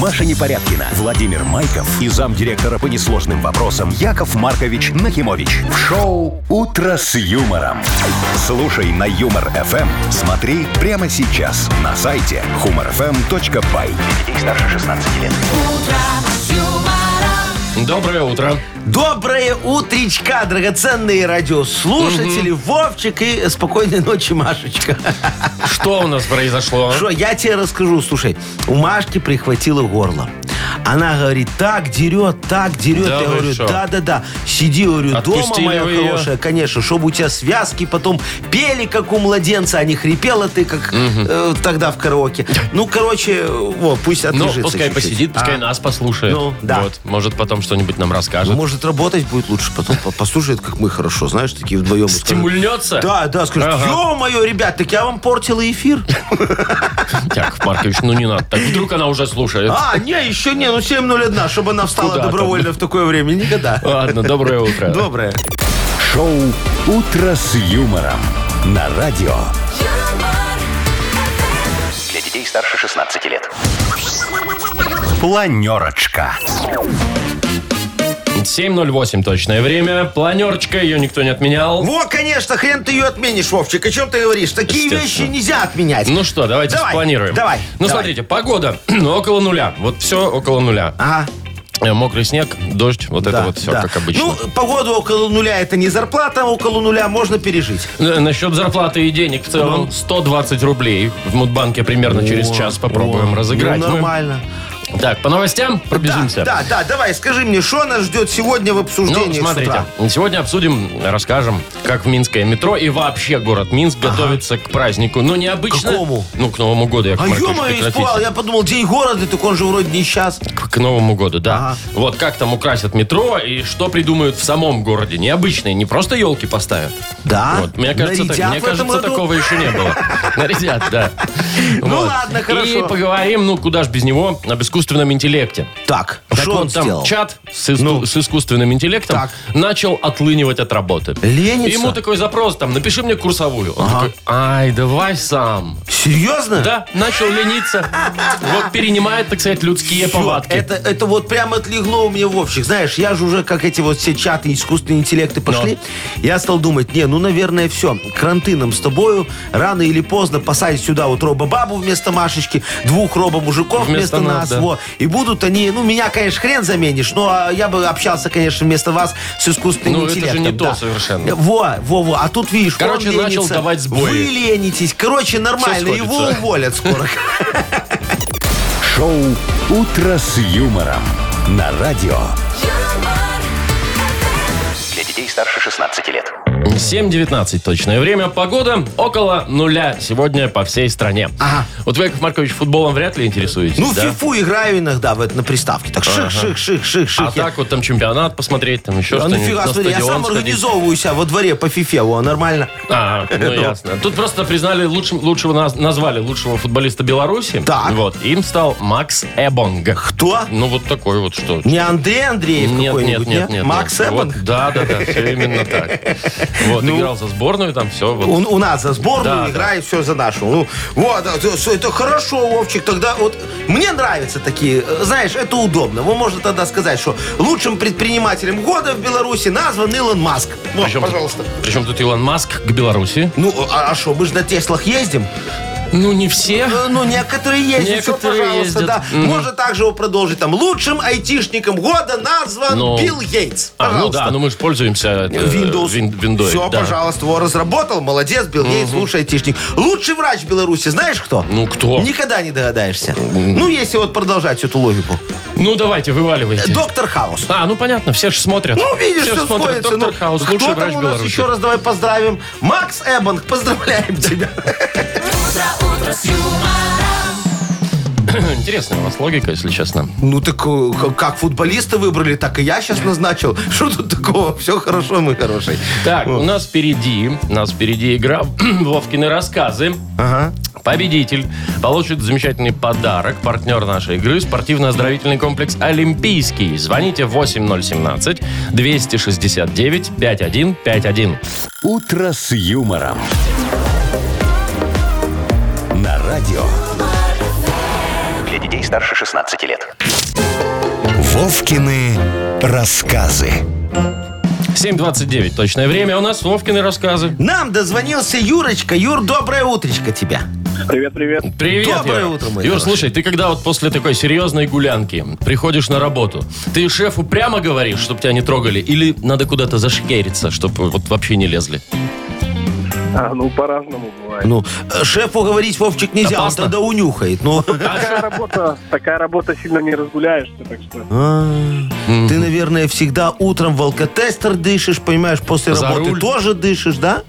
Маша Непорядкина, Владимир Майков и замдиректора по несложным вопросам Яков Маркович Нахимович. В шоу «Утро с юмором». Слушай на «Юмор-ФМ». Смотри прямо сейчас на сайте humorfm.by. Для детей старше 16 лет. Доброе утро. Доброе утречка, драгоценные радиослушатели, Вовчик и спокойной ночи, Машечка. Что у нас произошло? Что, я тебе расскажу, слушай, у Машки прихватило горло. Она говорит, так дерет, так дерет. Да я вы говорю, шо? да-да-да. Сиди, говорю, дома, Отпустили моя вы её? хорошая, конечно, чтобы у тебя связки потом пели, как у младенца, а не хрипела ты, как э, тогда в караоке. Ну, короче, вот, пусть Ну, отлежится. пускай чуть-чуть. посидит, пускай А? нас послушает. Ну, да. Вот, может, потом что-нибудь нам расскажет. Может, работать будет лучше потом. По- Послушает, как мы хорошо, знаешь, такие вдвоем. Стимульнется? Да, да, скажет, Ага. ё-моё, ребят, так я вам портила эфир. Яков Маркович, ну не надо. Так вдруг она уже слушает. А, не, еще не, ну 7.01, чтобы она встала Куда там? добровольно в такое время, никогда. Ладно, доброе утро. Доброе. Шоу «Утро с юмором» на радио. Для детей старше 16 лет. Планерочка. 7.08 точное время. Планерочка, ее никто не отменял. Во, конечно, хрен ты ее отменишь, Вовчик. О чем ты говоришь? Такие вещи Естественно. нельзя отменять. Ну что, давайте Давай, спланируем. давай, Ну давай. смотрите, погода около нуля. Вот все около нуля. Ага, Э, Мокрый снег, дождь, вот это да, вот все да. как обычно. Ну, погоду около нуля это не зарплата, а около нуля можно пережить. Э, Насчет зарплаты и денег в Ну. целом 120 рублей. В Мудбанке примерно через час попробуем разыграть. Ну, Мы- нормально. Так, по новостям пробежимся. Да, да, давай, скажи мне, что нас ждет сегодня в Ну, обсуждении с смотрите, утра? сегодня обсудим, расскажем, как в Минское метро и вообще город Минск готовится к празднику. Ну, необычно. Какому? Ну, к Новому году, я А ё-моё, испугал, я подумал, день города, так он же вроде не сейчас. К, к Новому году, да. Ага. Вот как там украсят метро и что придумают в самом городе. Необычные, не просто елки поставят. Да? Вот, мне кажется, так- А? Нарядят мне в этом кажется году? такого еще не было. Нарядят, да. Ну ладно, И хорошо. поговорим, ну куда ж без него, об искусственном интеллекте. Так, Так что он, он там сделал? чат с, иску- Ну. с искусственным интеллектом Так. начал отлынивать от работы. Ленится? Ему такой запрос там, напиши мне курсовую. Он Ага. такой, ай, давай сам. Серьезно? Да, начал лениться. Вот перенимает, так сказать, людские Всё, повадки. Это, это вот прям отлегло у меня Вовчик. Знаешь, я же уже, как эти вот все чаты искусственные интеллекты пошли, я стал думать, не, ну, наверное, все. Кранты нам с тобою рано или поздно посадят сюда вот робо-бабу вместо Машечки, двух робо-мужиков Вместо вместо, нас, нас. да. во. И будут они, ну, меня, конечно, хрен заменишь, но а, я бы общался, конечно, вместо вас с искусственным Ну, это же интеллектом. не то да. совершенно. Во, во, во. А тут, видишь, Короче, он начал ленится, давать сбои. Вы ленитесь. Короче, нормально, Всё его сходится. уволят скоро. Шоу «Утро с юмором» на радио. Для детей старше 16 лет. 7.19 точное время. Погода около нуля сегодня по всей стране. Ага. Вот вы, Яков Маркович, футболом вряд ли интересуетесь, Ну, в да? фифу играю иногда в это, на приставке. Так шик, шик, шик, шик, шик. А Я- так вот там чемпионат посмотреть, там еще А что-нибудь. нафига, на смотри, я стадион сам сходить. организовываю себя во дворе по фифе, во, нормально. А, ну ясно. Тут просто признали лучшим, лучшего наз- назвали лучшего футболиста Беларуси. Так. Вот. Им стал Макс Эбонг. Кто? Ну вот такой вот что. Не Андрей Андреев Нет, нет, какой-нибудь, нет, нет, нет. Макс Вот, Эббинг? да, да, да, все именно так. Вот, играл за сборную, там все. Вот. Он у нас за Да, сборную да. играет, все за нашу. Ну, вот, это, это хорошо, Вовчик. Тогда вот мне нравятся такие, э, знаешь, это удобно. Вы можно тогда сказать, что лучшим предпринимателем года в Беларуси назван Илон Маск. Вот, Причем- пожалуйста. Причем тут Илон Маск к Беларуси. Ну, а что, мы же на Теслах ездим? Ну, не все. Э, Ну, некоторые ездят, всё, Некоторые пожалуйста, ездят. да. Мгм. Можно также его продолжить. Там лучшим айтишником года назван Ну. Билл Гейтс. А, ну Пожалуйста. да, ну мы же пользуемся э, Windows. Вин- Windows, Все, да. пожалуйста, его разработал. Молодец, Билл Гейтс, лучший айтишник. Лучший врач в Беларуси, знаешь кто? Ну, кто? Никогда не догадаешься. Ну, если вот продолжать эту логику. Ну давайте, вываливайте. Доктор Хаус. А, ну понятно, все же смотрят. Ну, видишь, все все ж смотрят. сходится. Доктор Ну, Хаус, кто лучший там врач у нас Беларуси. еще раз давай поздравим? Макс Эббинг, поздравляем тебя. Интересная у вас логика, если честно. Ну так э, как- как футболиста выбрали, так и я сейчас назначил. Что тут такого? Все хорошо, мой хороший. Так, Вот. у нас впереди, у нас впереди игра Вовкины рассказы. Ага. Победитель получит замечательный подарок. Партнер нашей игры – спортивно-оздоровительный комплекс «Олимпийский». Звоните 8017-269-5151. «Утро с юмором» на радио. Для детей старше 16 лет. Вовкины рассказы. 7.29 точное время. У нас Вовкины рассказы. Нам дозвонился Юрочка. Юр, доброе утречко тебе. Привет, привет. Привет, Доброе Юра. утро, мой Юр, хороший. слушай, ты когда вот после такой серьезной гулянки приходишь на работу, ты шефу прямо говоришь, чтобы тебя не трогали, или надо куда-то зашкериться, чтобы вот вообще не лезли? А, ну, по-разному бывает. Ну, э, шефу говорить Вовчик нельзя, Опасно. он тогда унюхает. Ну, Такая работа, такая работа сильно не разгуляешься, так что. А, ты, наверное, всегда утром в алкотестер дышишь, понимаешь, после За работы руль. тоже дышишь, да?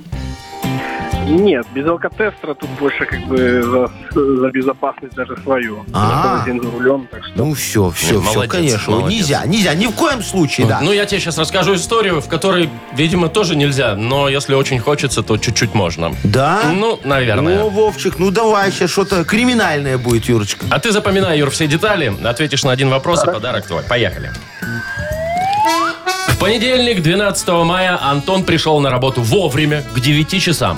Нет, без алкотестера тут больше как бы за, за безопасность даже свою. А. Я целый день за рулем, так что. Ну все, все, все, молодец, конечно. Ну, молодец. Нельзя, нельзя, ни в коем случае, да. Ну, я тебе сейчас расскажу историю, в которой, видимо, тоже нельзя, но если очень хочется, то чуть-чуть можно. Да? Ну, наверное. А? Ну, Вовчик, ну давай сейчас что-то криминальное будет, Юрочка. А ты запоминай, Юр, все детали, ответишь на один вопрос, и подарок твой. Поехали. В понедельник, 12 мая, Антон пришел на работу вовремя, к 9 часам.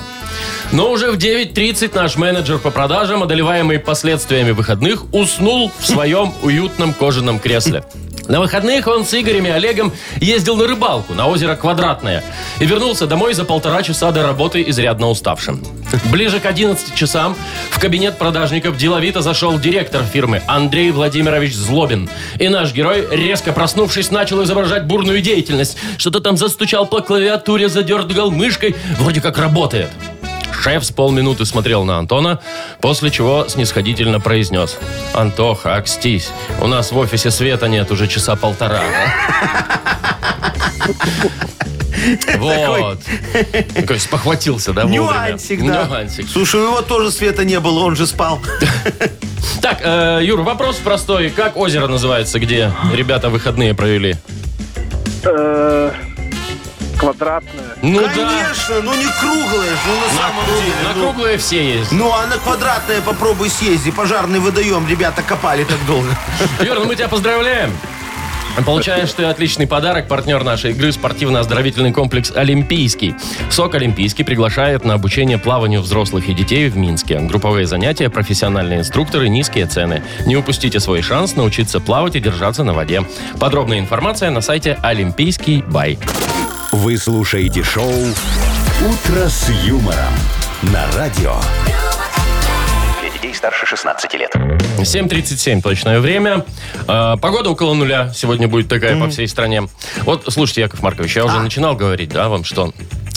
Но уже в 9.30 наш менеджер по продажам, одолеваемый последствиями выходных, уснул в своем уютном кожаном кресле. На выходных он с Игорем и Олегом ездил на рыбалку на озеро Квадратное и вернулся домой за полтора часа до работы изрядно уставшим. Ближе к 11 часам в кабинет продажников деловито зашел директор фирмы Андрей Владимирович Злобин. И наш герой, резко проснувшись, начал изображать бурную деятельность. Что-то там застучал по клавиатуре, задергал мышкой, вроде как работает. Шеф с полминуты смотрел на Антона, после чего снисходительно произнес. «Антоха, окстись, у нас в офисе света нет уже часа полтора». Вот. Ну, Такой спохватился, да, вовремя. Нюансик, да. Нюансик. Слушай, у него тоже света не было, он же спал. Так, э, Юр, вопрос простой. Как озеро называется, где ребята выходные провели? Э, Квадратная. Ну Конечно, ну не круглое же, ну на, да, самом деле. на ну. круглое все есть. Ну, а на квадратное попробуй съезди. Пожарный водоем ребята копали так долго. Юр, ну мы тебя поздравляем. Получаешь ты отличный подарок. Партнер нашей игры – спортивно-оздоровительный комплекс «Олимпийский». СОК «Олимпийский» приглашает на обучение плаванию взрослых и детей в Минске. Групповые занятия, профессиональные инструкторы, низкие цены. Не упустите свой шанс научиться плавать и держаться на воде. Подробная информация на сайте «Олимпийский бай». Вы слушаете шоу «Утро с юмором» на радио. Для детей старше 16 лет. 7.37 точное время. Э, погода около нуля сегодня будет такая по всей стране. Вот, слушайте, Яков Маркович, я А. уже начинал говорить, да, вам что...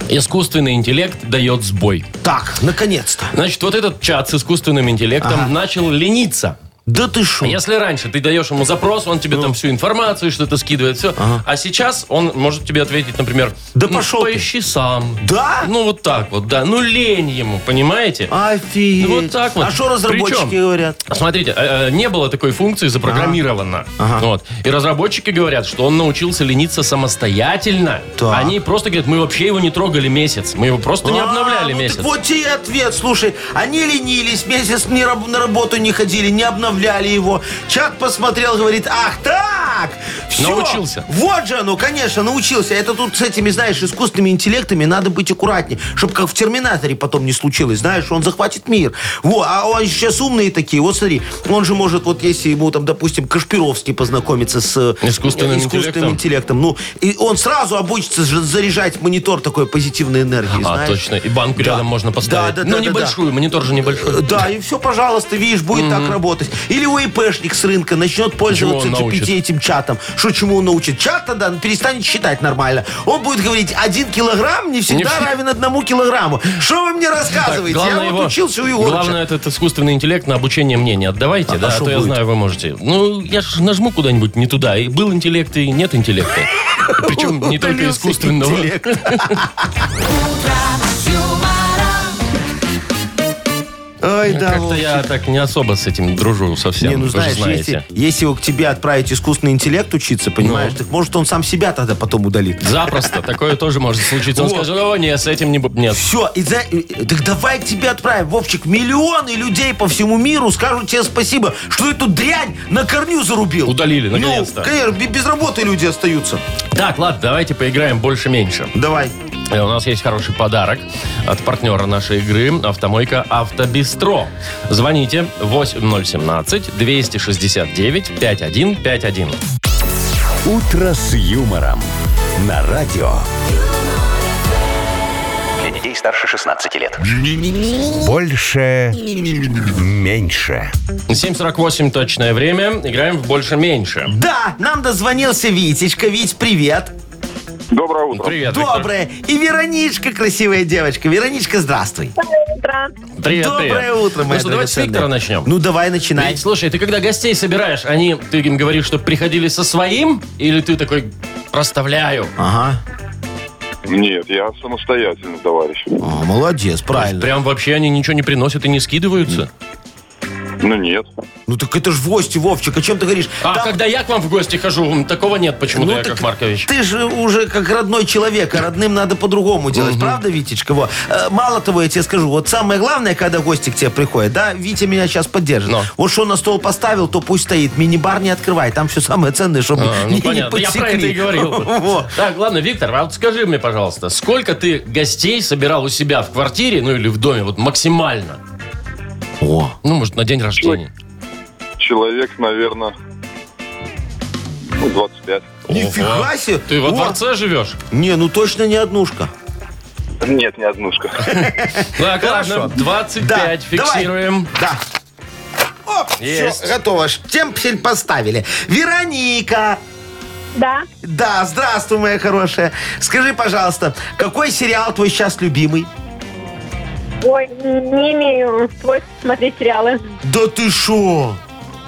Искусственный интеллект дает сбой. Так, наконец-то. Значит, вот этот чат с искусственным интеллектом начал лениться. Да ты шо? Если раньше ты даешь ему запрос, он Ну. тебе там всю информацию, что-то скидывает, все. А сейчас он может тебе ответить, например, Да «Ну, пошел ты». поищи сам. Да? Ну вот так вот, да. Ну лень ему, понимаете? А. Офигеть. Ну, вот так вот. А что разработчики Причем- говорят? Смотрите, э, э, не было такой функции запрограммировано. Вот. И разработчики говорят, что он научился лениться самостоятельно. Так. Они просто говорят, мы вообще его не трогали месяц. Мы его просто не А, обновляли ну так месяц. вот тебе и ответ, слушай. Они ленились, месяц не раб- на работу не ходили, не обновляли его. Чат посмотрел, говорит, ах так! Все. Научился. Вот же оно, конечно, научился. Это тут с этими, знаешь, искусственными интеллектами надо быть аккуратнее, чтобы как в Терминаторе потом не случилось, знаешь, он захватит мир. Во, а он сейчас умные такие, вот смотри, он же может, вот если ему там, допустим, Кашпировский познакомиться с э, Искусственным интеллектом? искусственным интеллектом, ну, и он сразу обучится же заряжать монитор такой позитивной энергией, А, знаешь. точно. И банку рядом можно поставить. Да, да, ну, да, да, небольшую, монитор же да. небольшой. Э, Да, и все, пожалуйста, видишь, будет так работать. Или УИПшник с рынка начнет пользоваться он научит? GPT этим чатом. Что чему он научит? Чат тогда перестанет считать нормально. Он будет говорить, один килограмм не всегда Не- равен одному килограмму. Что вы мне рассказываете? Я вот учился у Егорыча. главное этот искусственный интеллект на обучение мне не отдавайте, да, а а то шо я будет? знаю, вы можете. Ну, я ж нажму куда-нибудь не туда. И был интеллект, и нет интеллекта. Причем не только Удалился искусственного. интеллект. Ой, А да, Как-то я так не особо с этим дружу совсем. Не, ну вы же знаешь, если, знаете. Ну. если его к тебе отправить искусственный интеллект учиться, понимаешь, так может он сам себя тогда потом удалит. Запросто. Такое тоже может случиться. Он Вот. скажет, о, нет, с этим не... бу- Нет. Все, и за- и- так давай к тебе отправим, Вовчик. Миллионы людей по всему миру скажут тебе спасибо, что эту дрянь на корню зарубил. Удалили, Ну, наконец-то. конечно, бе- без работы люди остаются. Так, ладно, давайте поиграем больше-меньше. Давай. Э, У нас есть хороший подарок от партнера нашей игры «Автомойка Автобистро». Звоните 8017-269-5151. «Утро с юмором» на радио. Для детей старше 16 лет. Больше, меньше. 7.48 точное время. Играем в «Больше-меньше». Да, нам дозвонился Витечка. Вить, привет. Доброе утро. Привет, Виктор. Доброе. И Вероничка, красивая девочка. Вероничка, здравствуй. утро. Привет, Доброе привет. утро, моя Ну что, давайте с драгоценная. Виктора начнем. Ну, давай, начинай. Вить, слушай, ты когда гостей собираешь, они, ты им говоришь, что приходили со своим, или ты такой расставляю? Ага. Нет, я самостоятельно, товарищ. О, молодец, правильно. Прям вообще они ничего не приносят и не скидываются? Ну нет. Ну, так это ж гости, Вовчик. О чем ты говоришь? А Там- когда я к вам в гости хожу, м, такого нет почему-то, Ну, Яков так Маркович. Ты же уже как родной человек, а родным надо по-другому делать, правда, Витечка? Во. Э, Мало того, я тебе скажу, вот самое главное, когда гости к тебе приходят, да, Витя меня сейчас поддержит. Но. Вот что на стол поставил, то пусть стоит. Мини-бар не открывай, там все самое ценное, чтобы А, ну не, не понятно, я про это подсекли. и говорил. Во. Так, ладно, Виктор, а вот скажи мне, пожалуйста, сколько ты гостей собирал у себя в квартире, ну или в доме, вот максимально? О, Ну, может, на день рождения. Человек, наверное, ну, 25. нифига Ого. себе. Ты во О, дворце живешь? Не, ну точно не однушка. Нет, не однушка. Так, Хорошо. ладно, 25 фиксируем. Давай. Да. Оп, Есть. все, готово. Штемпель поставили. Вероника, Да, Да, здравствуй, моя хорошая. Скажи, пожалуйста, какой сериал твой сейчас любимый? ой, не имею свойств смотреть сериалы. Да ты шо?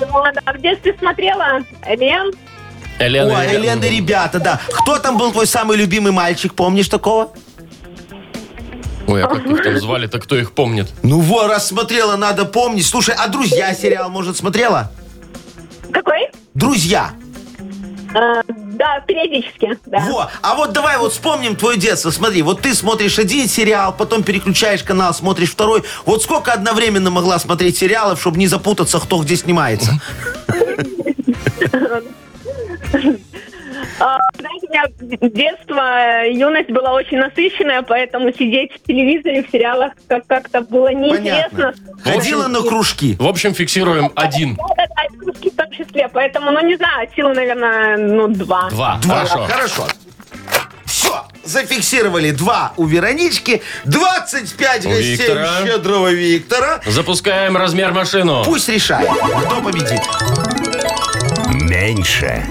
Ну, а в детстве смотрела Лен, Элена, Ой, Элена. Элена, ребята, да. Кто там был твой самый любимый мальчик, помнишь такого? Ой, а как их там звали-то, кто их помнит? Ну во, раз смотрела, надо помнить. Слушай, а «Друзья» сериал, может, смотрела? какой? «Друзья». Э, да, периодически, да. Во, а вот давай вот вспомним твое детство. Смотри, вот ты смотришь один сериал, потом переключаешь канал, смотришь второй. Вот сколько одновременно могла смотреть сериалов, чтобы не запутаться, кто где снимается? А, знаете, у меня детство, э, юность была очень насыщенная, поэтому сидеть в телевизоре, в сериалах как- как-то было неинтересно. Понятно. Ходила на кружки. В общем, фиксируем один. Да, да, да, и русский в том числе, поэтому, ну, не знаю, силы, наверное, ну, два. Два. Два. Хорошо. Все, зафиксировали два у Веронички, 25 гостей Виктора. у щедрого Виктора. Запускаем размер машину. Пусть решает, кто победит. Меньше.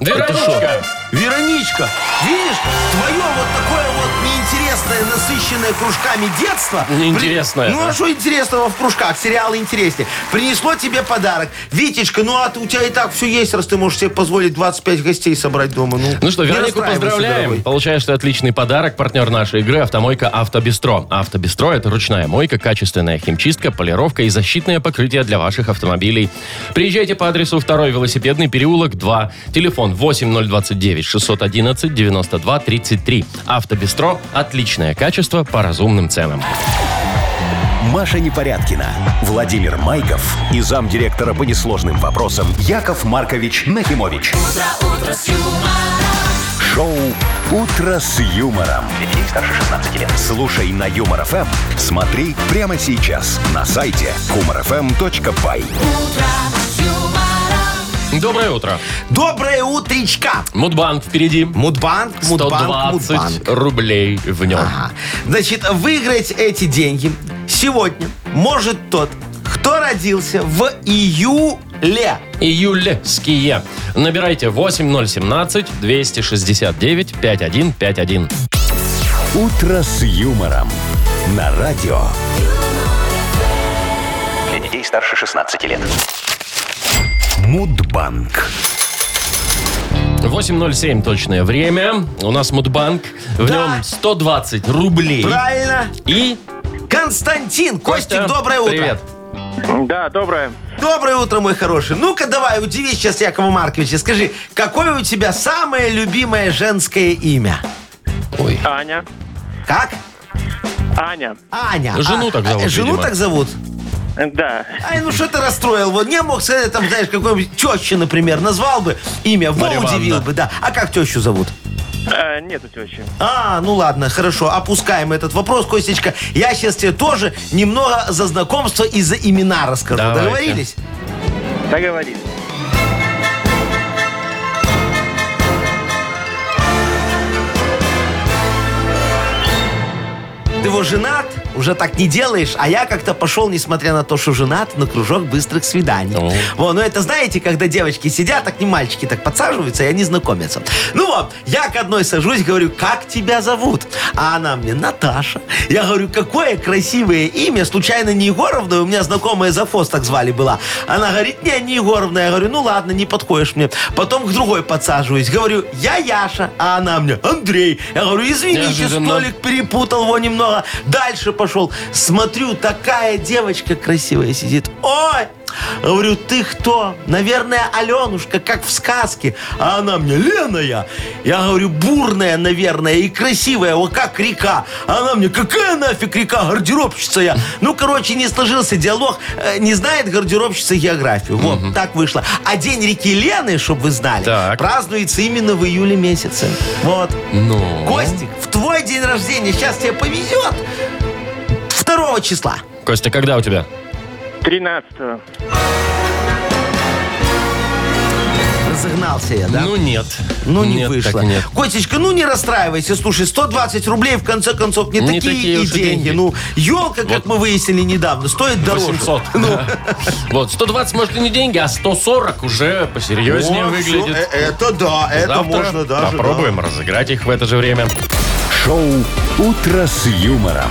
Вероничка. Вероничка, видишь, твое вот такое вот неинтересное, насыщенное кружками детство. Неинтересное, Ну да. а что интересного в кружках? Сериалы интереснее. Принесло тебе подарок. Витечка, ну а ты- у тебя и так все есть, раз ты можешь себе позволить 25 гостей собрать дома. Ну, Ну что, не Веронику расстраивайся, поздравляем. дорогой. Получаешь ты отличный подарок. Партнер нашей игры – автомойка «Автобестро». «Автобестро» – это ручная мойка, качественная химчистка, полировка и защитное покрытие для ваших автомобилей. Приезжайте по адресу 2 велосипедный переулок 2. Телефон 8029-611-92-33. «Автобестро» – отличное качество по разумным ценам. Маша Непорядкина, Владимир Майков и замдиректора по несложным вопросам Яков Маркович Нахимович. Шоу Утро с юмором. Для детей старше 16 лет. Слушай на юмор ФМ. Смотри прямо сейчас на сайте humorfm.by. Доброе утро. Доброе утречка. Мудбанк впереди. Мудбанк, мудбанк, 120 мудбанк. рублей в нем. Ага. Значит, выиграть эти деньги сегодня может тот, кто родился в июле. Июльские. Набирайте 8017-269-5151. Утро с юмором. На радио. Для детей старше 16 лет. Мудбанк. 8.07 точное время. У нас Мудбанк. В Да. нем 120 рублей. Правильно? И... Константин, Костик, Костя, доброе утро. Привет. Да, доброе. Доброе утро, мой хороший. Ну-ка давай, удиви сейчас Якова Марковича. Скажи, какое у тебя самое любимое женское имя? Аня. Как? Аня. Аня. Жену так зовут, э, Жену видимо. так зовут? Да. Ай, ну что ты расстроил? Вот не мог сказать, там, знаешь, какой-нибудь тещи, например, назвал бы имя, во, Марья Ивановна. удивил бы, да. А как тещу зовут? Э, нету тещи. А, ну ладно, хорошо, опускаем этот вопрос, Костечка. Я сейчас тебе тоже немного за знакомство и за имена расскажу. Давайте. Договорились? Договорились. Ты его женат, уже так не делаешь, а я как-то пошел, несмотря на то, что женат, на кружок быстрых свиданий. О. Во, ну это знаете, когда девочки сидят, так не мальчики, так подсаживаются, и они знакомятся. Ну вот, я к одной сажусь, говорю, как тебя зовут? А она мне, Наташа. Я говорю, какое красивое имя, случайно не Егоровна, у меня знакомая Зафос так звали была. Она говорит, не, не Егоровна. Я говорю, ну ладно, не подходишь мне. Потом к другой подсаживаюсь, говорю, я Яша, а она мне, Андрей. Я говорю, извините, Неожиданно. столик перепутал его немного. Дальше пошел. Смотрю, такая девочка красивая сидит. Ой! Говорю, ты кто? Наверное, Аленушка, как в сказке. А она мне, Лена я. Я говорю, бурная, наверное, и красивая, вот как река. А она мне, какая нафиг река, гардеробщица я. Ну, короче, не сложился диалог. Э, Не знает гардеробщица географию. Вот, так вышло. А день реки Лены, чтобы вы знали, Так. празднуется именно в июле месяце. Вот. Ну. Костик, в твой день рождения сейчас тебе повезет. 2 числа. Костя, когда у тебя? 13 Разогнался я, да? Ну нет. Ну, не Нет, вышло. так и нет. Костечка, ну не расстраивайся. Слушай, 120 рублей, в конце концов, не, Не такие, такие и уж и деньги. деньги. Ну, елка, как мы выяснили недавно, стоит дороже. Ну. 800. да. Вот, 120, может, и не деньги, а 140 уже посерьезнее О, всё, выглядит. э, это да, это Завтра можно даже. Попробуем разыграть их в это же время. Шоу «Утро с юмором»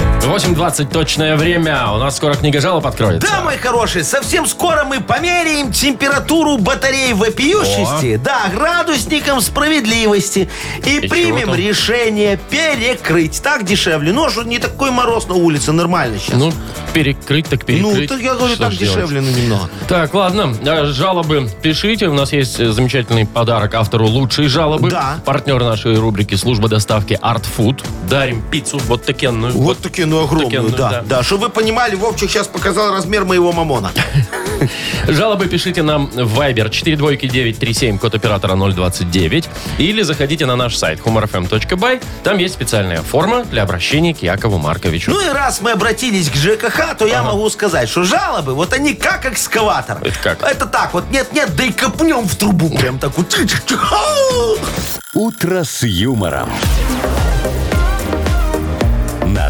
8.20 точное время. А У нас скоро книга жалоб Да, откроется. Да, мой хороший, совсем скоро мы померяем температуру батареи вопиющести, да, градусником справедливости и, И чего примем там? решение перекрыть. Так дешевле. Ну, а что не такой мороз на улице, нормально сейчас. Ну, перекрыть так Ну, перекрыть. так я говорю, Что так ж делать? дешевле, ну, немного. Так, ладно, э, жалобы пишите. У нас есть э, замечательный подарок автору лучшей жалобы. Да. Партнер нашей рубрики «Служба доставки Art Food». Дарим пиццу вот такенную. Вот такие, ну, огромные, такие, ну, да, да. да. Чтобы вы понимали, Вовчик сейчас показал размер моего мамона. Жалобы пишите нам в Viber 42937, код оператора 029. Или заходите на наш сайт humorfm.by. Там есть специальная форма для обращения к Якову Марковичу. Ну и раз мы обратились к ЖКХ, то я могу сказать, что жалобы, вот они как экскаватор. Это как? Это так, вот нет-нет, да и копнем в трубу. Прям так вот. Чих-чих-чих. Ау! «Утро с юмором». На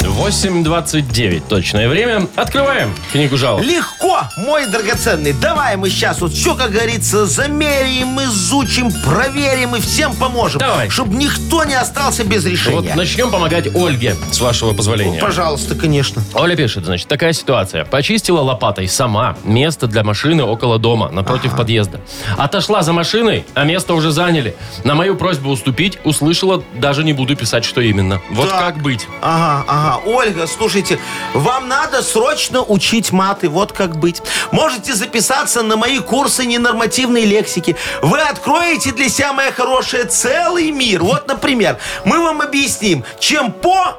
8.29 точное время. Открываем книгу жалоб. Легко, мой драгоценный. Давай мы сейчас вот все, как говорится, замеряем, изучим, проверим и всем поможем. Давай. Чтобы никто не остался без Вот решения. начнем помогать Ольге, с вашего позволения. Пожалуйста, конечно. Оля пишет, значит, такая ситуация. Почистила лопатой сама место для машины около дома, напротив подъезда. Отошла за машиной, а место уже заняли. На мою просьбу уступить услышала, даже не буду писать, что именно. Вот Так. как быть? Ага, ага. Ольга, слушайте, вам надо срочно учить маты, вот как быть. Можете записаться на мои курсы ненормативной лексики. Вы откроете для себя, моя хорошая, целый мир. Вот, например, мы вам объясним, чем по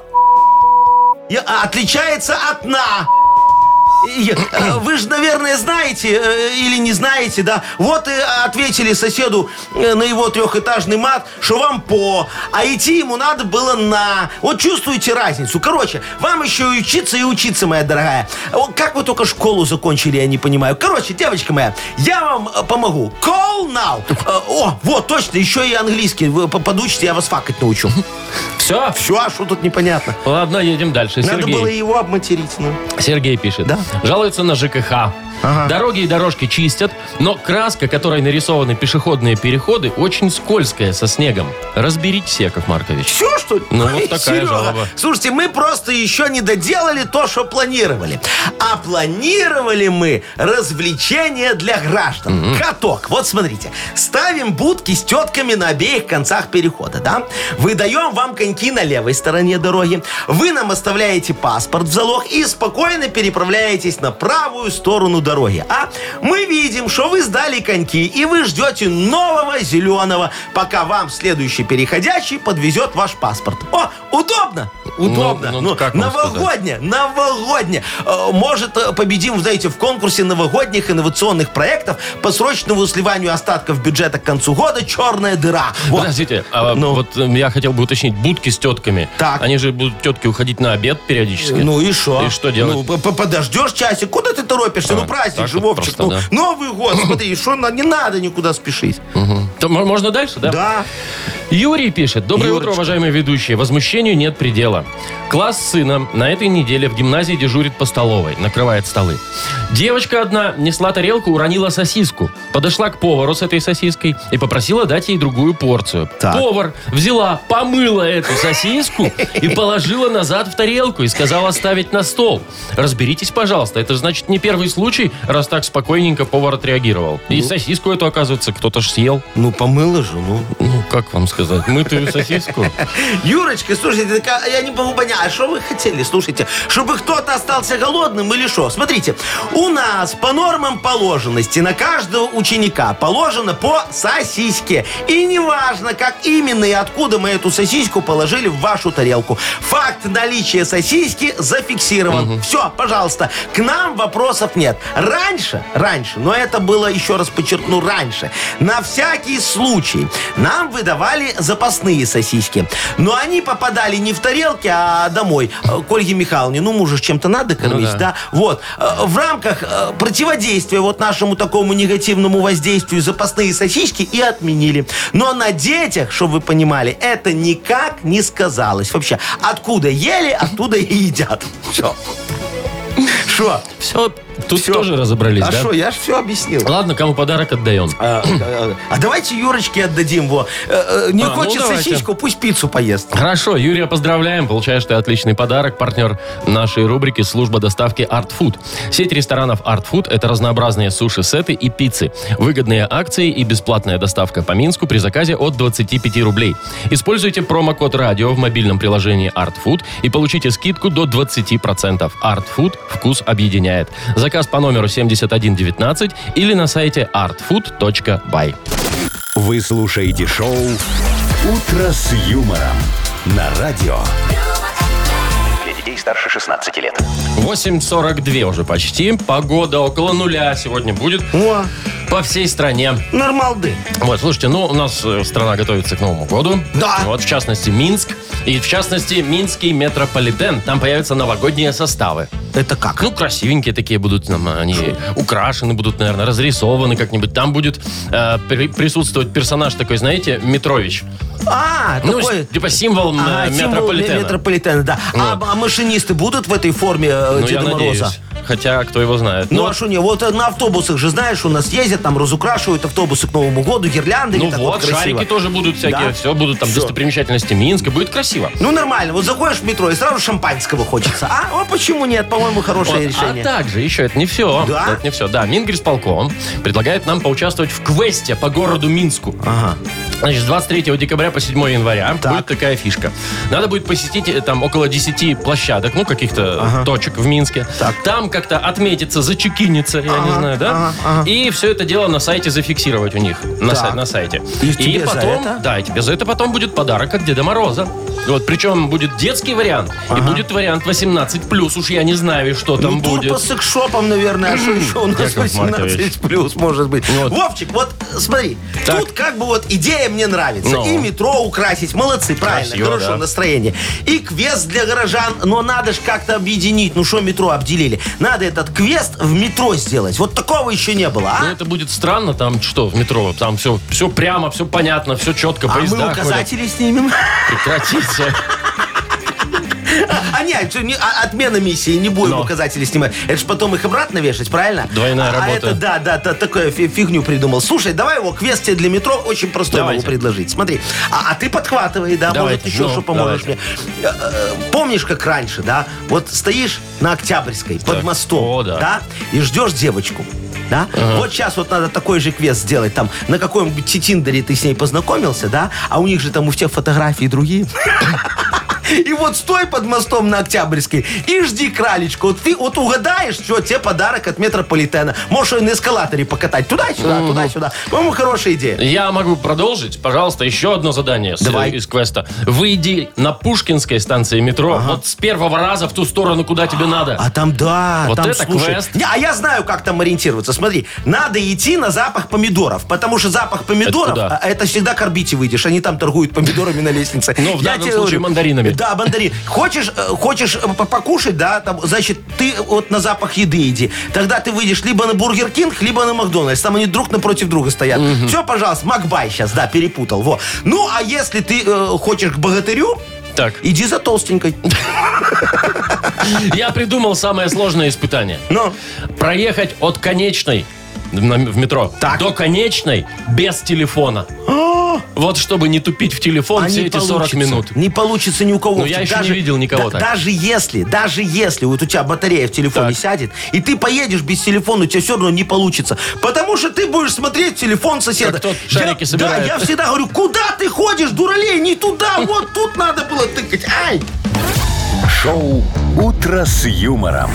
и- а, отличается от на. И, э, Вы же, наверное, знаете э, или не знаете, да? Вот и ответили соседу э, на его трехэтажный мат, что вам по, а идти ему надо было на. Вот чувствуете разницу. Короче, вам еще и учиться и учиться, моя дорогая. Вот Как вы только школу закончили, я не понимаю. Короче, девочка моя, я вам э, помогу. Call now. Э, О, вот, точно, еще и английский. Вы по- подучите, я вас факать научу. Все? Все, а что тут непонятно? Ладно, едем дальше. Надо Сергей. было его обматерить, ну. Сергей пишет. Да. Жалуется на ЖКХ. Дороги и дорожки чистят, но краска, которой нарисованы пешеходные переходы, очень скользкая, со снегом. Разберитесь, Яков Маркович. Все, что ли? Ну, вот Ой, такая Серега, жалоба. Слушайте, мы просто еще не доделали то, что планировали. А планировали мы развлечения для граждан. Каток. Вот смотрите. Ставим будки с тетками на обеих концах перехода, да? Выдаем вам коньки на левой стороне дороги. Вы нам оставляете паспорт в залог и спокойно переправляетесь на правую сторону дороги. А мы видим, что вы сдали коньки и вы ждете нового зеленого, пока вам следующий переходящий подвезет ваш паспорт. О, удобно! Удобно. ну, Ну, как вам новогодняя, новогодняя. Э, Может, э, победим, знаете, в конкурсе новогодних инновационных проектов по срочному сливанию остатков бюджета к концу года «Черная дыра». Вот. Подождите, а Ну. вот э, я хотел бы уточнить, будки с тетками. Так. Они же будут тетки уходить на обед периодически. Ну и что? И что делать? Ну, по- по- подождешь часик, куда ты торопишься? А, ну, праздник так же, вот Вовчик. просто, ну, да. Новый год, смотри, что на- не надо никуда спешить. То мо- можно дальше, да? Да. Юрий пишет. Доброе Юрочка. утро, уважаемые ведущие. Возмущению нет предела. Класс с сыном на этой неделе в гимназии дежурит по столовой, накрывает столы. Девочка одна несла тарелку, уронила сосиску. Подошла к повару с этой сосиской и попросила дать ей другую порцию. Так. Повар взяла, помыла эту сосиску и положила назад в тарелку и сказала ставить на стол. Разберитесь, пожалуйста. Это значит не первый случай, раз так спокойненько повар отреагировал. И сосиску эту, оказывается, кто-то ж съел. Ну, помыла же, ну. Ну, как вам сказать, мытую сосиску? Юрочка, слушайте, так, а я не могу понять, а что вы хотели, слушайте? Чтобы кто-то остался голодным или что? Смотрите, у нас по нормам положенности на каждого ученика положено по сосиске. И неважно, как именно и откуда мы эту сосиску положили в вашу тарелку. Факт наличия сосиски зафиксирован. Все, пожалуйста, к нам вопросов нет. Раньше, раньше, но это было, еще раз подчеркну, раньше, на всякий случай нам выдавали запасные сосиски. Но они попадали не в тарелки, а домой. Э, К Ольге Михайловне, ну, мужа ж чем-то надо кормить, да. да. Вот. Э, В рамках э, противодействия вот нашему такому негативному воздействию запасные сосиски и отменили. Но на детях, чтобы вы понимали, это никак не сказалось вообще. Откуда ели, оттуда и едят. Все. Что? Все, тут Всё. тоже разобрались, А да? что, я ж все объяснил. Ладно, кому подарок отдаем. А, а, а давайте Юрочке отдадим его. Не А, ну хочет давайте. сосиску, пусть пиццу поест. Хорошо, Юрия, поздравляем. Получаешь ты отличный подарок. Партнер нашей рубрики «Служба доставки Art Food». Сеть ресторанов Art Food – это разнообразные суши-сеты и пиццы. Выгодные акции и бесплатная доставка по Минску при заказе от 25 рублей. Используйте промокод «Радио» в мобильном приложении Art Food и получите скидку до 20%. Art Food – вкус объединяет. Заказ по номеру 7119 или на сайте artfood.by. Вы слушаете шоу «Утро с юмором» на радио. Для детей старше 16 лет. 8.42 уже почти. Погода около нуля сегодня будет. О, по всей стране. нормалды. Вот, слушайте, ну, у нас э, страна готовится к Новому году. Да. Вот, в частности, Минск. И, в частности, Минский метрополитен. Там появятся новогодние составы. Это как? Ну, красивенькие такие будут. Там, э, они украшены будут, наверное, разрисованы как-нибудь. Там будет э, при- присутствовать персонаж такой, знаете, Метрович. А, Ну, такой... с- типа символ м, а, э, символ метрополитена. ме- метрополитена, да. А, а машинисты будут в этой форме э, Ну, я Деда надеюсь. Мороза? Хотя, кто его знает. Ну, Но- а что не, вот э, на автобусах же, знаешь, у нас ездят, там разукрашивают автобусы к Новому году, гирляндами. ну так вот, красиво. шарики тоже будут всякие. Да. Все, будут там Всё. достопримечательности Минска. Будет красиво. Ну, нормально, вот заходишь в метро и сразу шампанского хочется. А, а почему нет? По-моему, хорошее Вот, решение. А также еще это не все. Да? Это не все. Да, Мингрисполком предлагает нам поучаствовать в квесте по городу Минску. Ага. Значит, с 23 декабря по 7 января Так. будет такая фишка. Надо будет посетить э, там около 10 площадок, ну, каких-то точек в Минске. Так. Там как-то отметиться, зачекиниться, я не Ага, знаю, да? ага, ага. И все это дело на сайте зафиксировать у них, на, Так. сай- на сайте. И тебе за потом, это? да, и тебе за это потом будет подарок от Деда Мороза. Вот, причем будет детский вариант, и будет вариант 18+, уж я не знаю, что там Ну, тур будет. по секшопам, наверное, а что еще у нас Яков Маркович. 18 плюс, может быть. Вот. Вовчик, вот смотри, Так. тут как бы вот идея мне нравится. Ну. И метро украсить, молодцы, правильно, Красиво, хорошо, да. настроение. И квест для горожан, но надо же как-то объединить. Ну что метро обделили? Надо этот квест в метро сделать. Вот такого еще не было, Ну, а? это будет странно, там что, в метро, там все, все прямо, все понятно, все четко, А мы поезда ходят. указатели снимем. Прекратите. А нет, что, не- а- отмена миссии, не будем Но. указатели снимать. Это ж потом их обратно вешать, правильно? Двойная а, работа. А это, да, да, та- такое фи- фигню придумал. Слушай, давай его квест тебе для метро очень простой Давайте. могу предложить. Смотри, а, а ты подхватывай, да, Давайте, может еще ну, что поможешь давайте. мне. Э, э, Помнишь, как раньше, да? Вот стоишь на Октябрьской под Так, мостом, о, да. и ждешь девочку. Да? Вот сейчас вот надо такой же квест сделать. Там на каком-нибудь тиндере ты с ней познакомился, да? А у них же там у всех фотографии другие. И вот стой под мостом на Октябрьской и жди кралечку. Вот ты вот угадаешь, что тебе подарок от метрополитена. Можешь ее на эскалаторе покатать. Туда-сюда, туда-сюда. По-моему, хорошая идея. Я могу продолжить? Пожалуйста, еще одно задание с- Давай. из квеста. Выйди на Пушкинской станции метро вот с первого раза в ту сторону, куда тебе надо. А там, да, Вот там, это слушай, квест. Не, а я знаю, как там ориентироваться. Смотри, надо идти на запах помидоров, потому что запах помидоров, куда? а, это, всегда к орбите выйдешь. Они там торгуют помидорами на лестнице. Ну, в Я данном тебе случае мандаринами. Да, мандарин. Хочешь, э, хочешь э, по- покушать, да, там, значит, ты вот на запах еды иди. Тогда ты выйдешь либо на Бургер Кинг, либо на Макдональдс. Там они друг напротив друга стоят. Все, пожалуйста, Макбай сейчас, да, перепутал. Во. Ну, а если ты э, хочешь к богатырю, Так, иди за толстенькой. я придумал самое сложное испытание. Ну, Проехать от конечной на- в метро Так. до конечной без телефона. Вот чтобы не тупить в телефон А все не эти 40 получится. минут. Не получится ни у кого. Ну, я еще не видел никого так. Даже если, даже если вот у тебя батарея в телефоне Так. сядет, и ты поедешь без телефона, у тебя все равно не получится. Потому что ты будешь смотреть телефон соседа. Как тот шарики я, да, собирает. я всегда говорю, куда ты ходишь, дуралей, не туда, вот тут надо было тыкать. Ай! Шоу «Утро с юмором».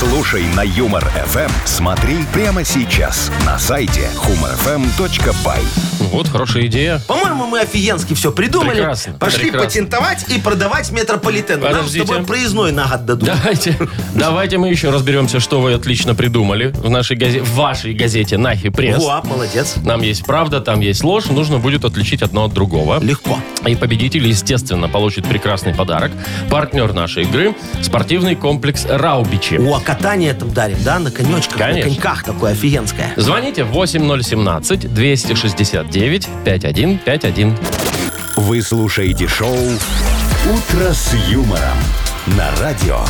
Слушай на Юмор ФМ. Смотри прямо сейчас на сайте humorfm.by. Вот хорошая идея. По-моему, мы офигенски все придумали. Прекрасно, Пошли прекрасно. патентовать и продавать метрополитену. Нам Подождите. с тобой проездной на год дадут. Давайте, давайте мы еще разберемся, что вы отлично придумали в нашей газете, в вашей газете Нахи Пресс. Во, молодец. Там есть правда, там есть ложь. Нужно будет отличить одно от другого. Легко. И победитель, естественно, получит прекрасный подарок. Партнер нашей игры – спортивный комплекс «Раубичи». О, катание там дарим, да, на конечках, Конечно. на коньках такое офигенское. Звоните 8017-269-5151. Вы слушаете шоу «Утро с юмором» на радио.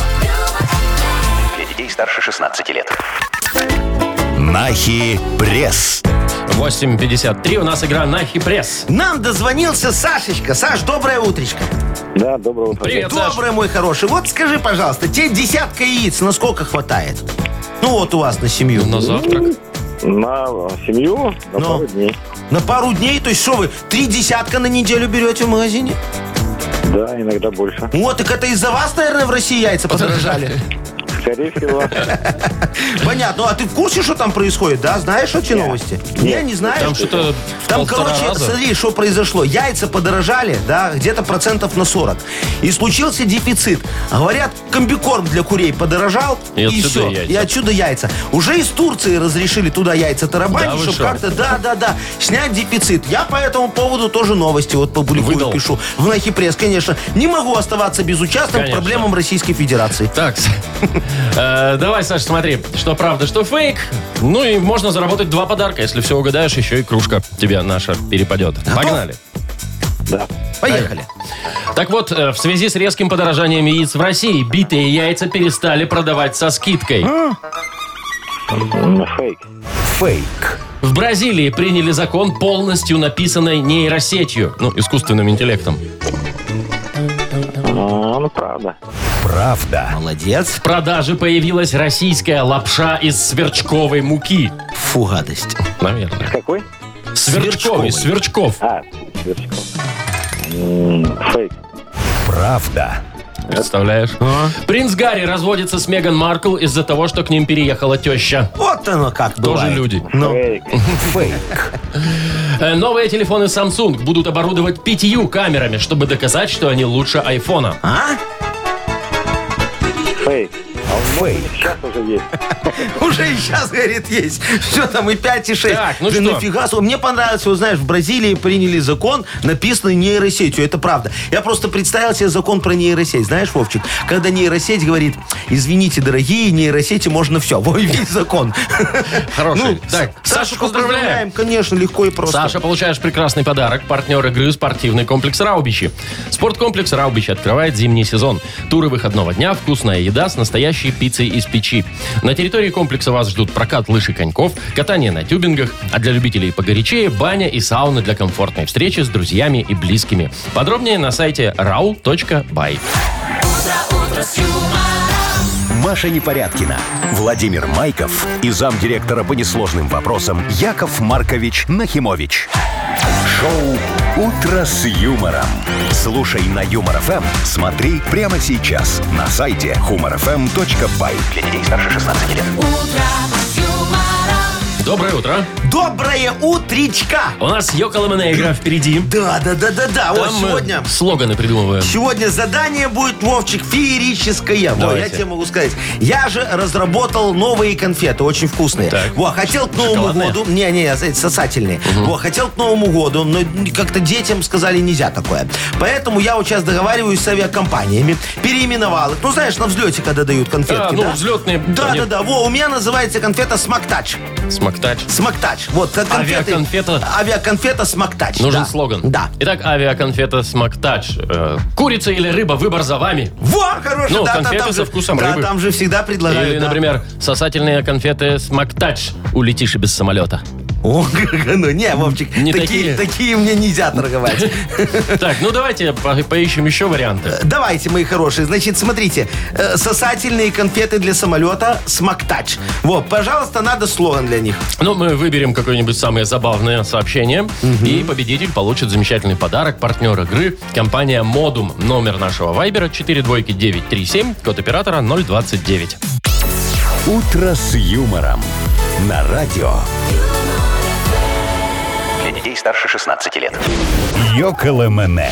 Для детей старше 16 лет. Нахи пресс. 8.53. У нас игра «Нахи Пресс». Нам дозвонился Сашечка. Саш, доброе утречко. Да, доброе утро. Привет, Саш. Доброе, мой хороший. Вот скажи, пожалуйста, тебе десятка яиц на сколько хватает? Ну вот у вас на семью. На завтрак. На семью на Ну. пару дней. На пару дней? То есть что вы, три десятка на неделю берете в магазине? Да, иногда больше. Вот, так это из-за вас, наверное, в России яйца подорожали. Скорее всего. Понятно. А ты в курсе, что там происходит, да? Знаешь эти новости? Не, не знаешь? Там что-то в Там, полтора короче, раза. смотри, что произошло. Яйца подорожали, да, где-то процентов на 40. И случился дефицит. Говорят, комбикорм для курей подорожал. И отсюда все. яйца. И отсюда яйца. Уже из Турции разрешили туда яйца тарабанить, Да вы чтобы шо? как-то, да, да, да, снять дефицит. Я по этому поводу тоже новости вот публикую, Выдал. пишу. В Нахи Пресс, конечно. Не могу оставаться безучастным к Конечно. проблемам Российской Федерации. Так, с- э, давай, Саш, смотри, что правда, что фейк. Ну и можно заработать два подарка. Если все угадаешь, еще и кружка тебе наша перепадет. Погнали. Поехали. Так вот, э, в связи с резким подорожанием яиц в России, битые яйца перестали продавать со скидкой. Фейк. Фейк. В Бразилии приняли закон, полностью написанный нейросетью, ну, искусственным интеллектом. Ну, правда. Правда. Молодец. В продаже появилась российская лапша из сверчковой муки. Фу, гадость. Наверное. Какой? Сверчковой, сверчков. А, сверчков. М, Фейк. Правда. Представляешь? Принц Гарри разводится с Меган Маркл из-за того, что к ним переехала теща. Вот оно как Тоже бывает. люди. Ну, Фейк. Фейк. Э, Новые телефоны Samsung будут оборудовать пятью камерами, чтобы доказать, что они лучше айфона. а? Фейк. Фейк. Сейчас уже есть. Уже и сейчас, говорит, есть. Все там и 5, и 6. Так, ну Блин, что? нафига? с- Мне понравилось, вот знаешь, в Бразилии приняли закон, написанный нейросетью. Это правда. Я просто представил себе закон про нейросеть. Знаешь, Вовчик, когда нейросеть говорит, извините, дорогие, нейросети можно все. Во, и весь закон. Хороший. Ну, так, Сашу Сашу поздравляем. Конечно, легко и просто. Саша, получаешь прекрасный подарок. Партнер игры «Спортивный комплекс Раубичи». Спорткомплекс Раубичи открывает зимний сезон. Туры выходного дня, вкусная еда с настоящей пиццей из печи. На территории комплекса вас ждут прокат лыж и коньков, катание на тюбингах, а для любителей погорячее – баня и сауна для комфортной встречи с друзьями и близкими. Подробнее на сайте rau.by. Маша Непорядкина, Владимир Майков и замдиректора по несложным вопросам Яков Маркович Нахимович. Шоу «Утро с юмором». Слушай на Юмор ФМ, смотри прямо сейчас на сайте humorfm.by. Для детей старше 16 лет. Доброе утро. Доброе утречка! У нас Йоколомная игра впереди. Да, да, да, да, да. Вот Там мы сегодня. слоганы придумываем. Сегодня задание будет, Вовчик, феерическое. Во, я Давайте. тебе могу сказать. Я же разработал новые конфеты, очень вкусные. Так. Во, хотел к Новому Шоколадные? году... Не-не, эти сосательные. Во, хотел к Новому году, но как-то детям сказали, нельзя такое. Поэтому я вот сейчас договариваюсь с авиакомпаниями, переименовал их. Ну, знаешь, на взлете, когда дают конфетки, А, ну, да? взлетные, Да, они- да, да. Во, у меня называется конфета «Смактач». Смоктач. Смактач. Вот, как конфеты. Авиаконфета. Авиаконфета «Смактач». Нужен да. слоган. Да. Итак, авиаконфета Смоктач. Э, Курица или рыба, выбор за вами. Во, хороший, Ну, да, там- конфеты там со же- вкусом да, рыбы. там же всегда предлагают. Или, да. например, сосательные конфеты Смоктач. Улетишь и без самолета. О, ну не, Вовчик, Не такие, такие? такие мне нельзя торговать. Так, ну давайте по- поищем еще варианты. Давайте, мои хорошие, значит, смотрите. э, Сосательные конфеты для самолета «Смактач». Вот, пожалуйста, надо слоган для них. Ну, мы выберем какое-нибудь самое забавное сообщение. И победитель получит замечательный подарок. Партнер игры – компания «Модум». Номер нашего вайбера 42937, код оператора 029. «Утро с юмором» на радио. Для детей старше 16 лет. Йоколэмэне.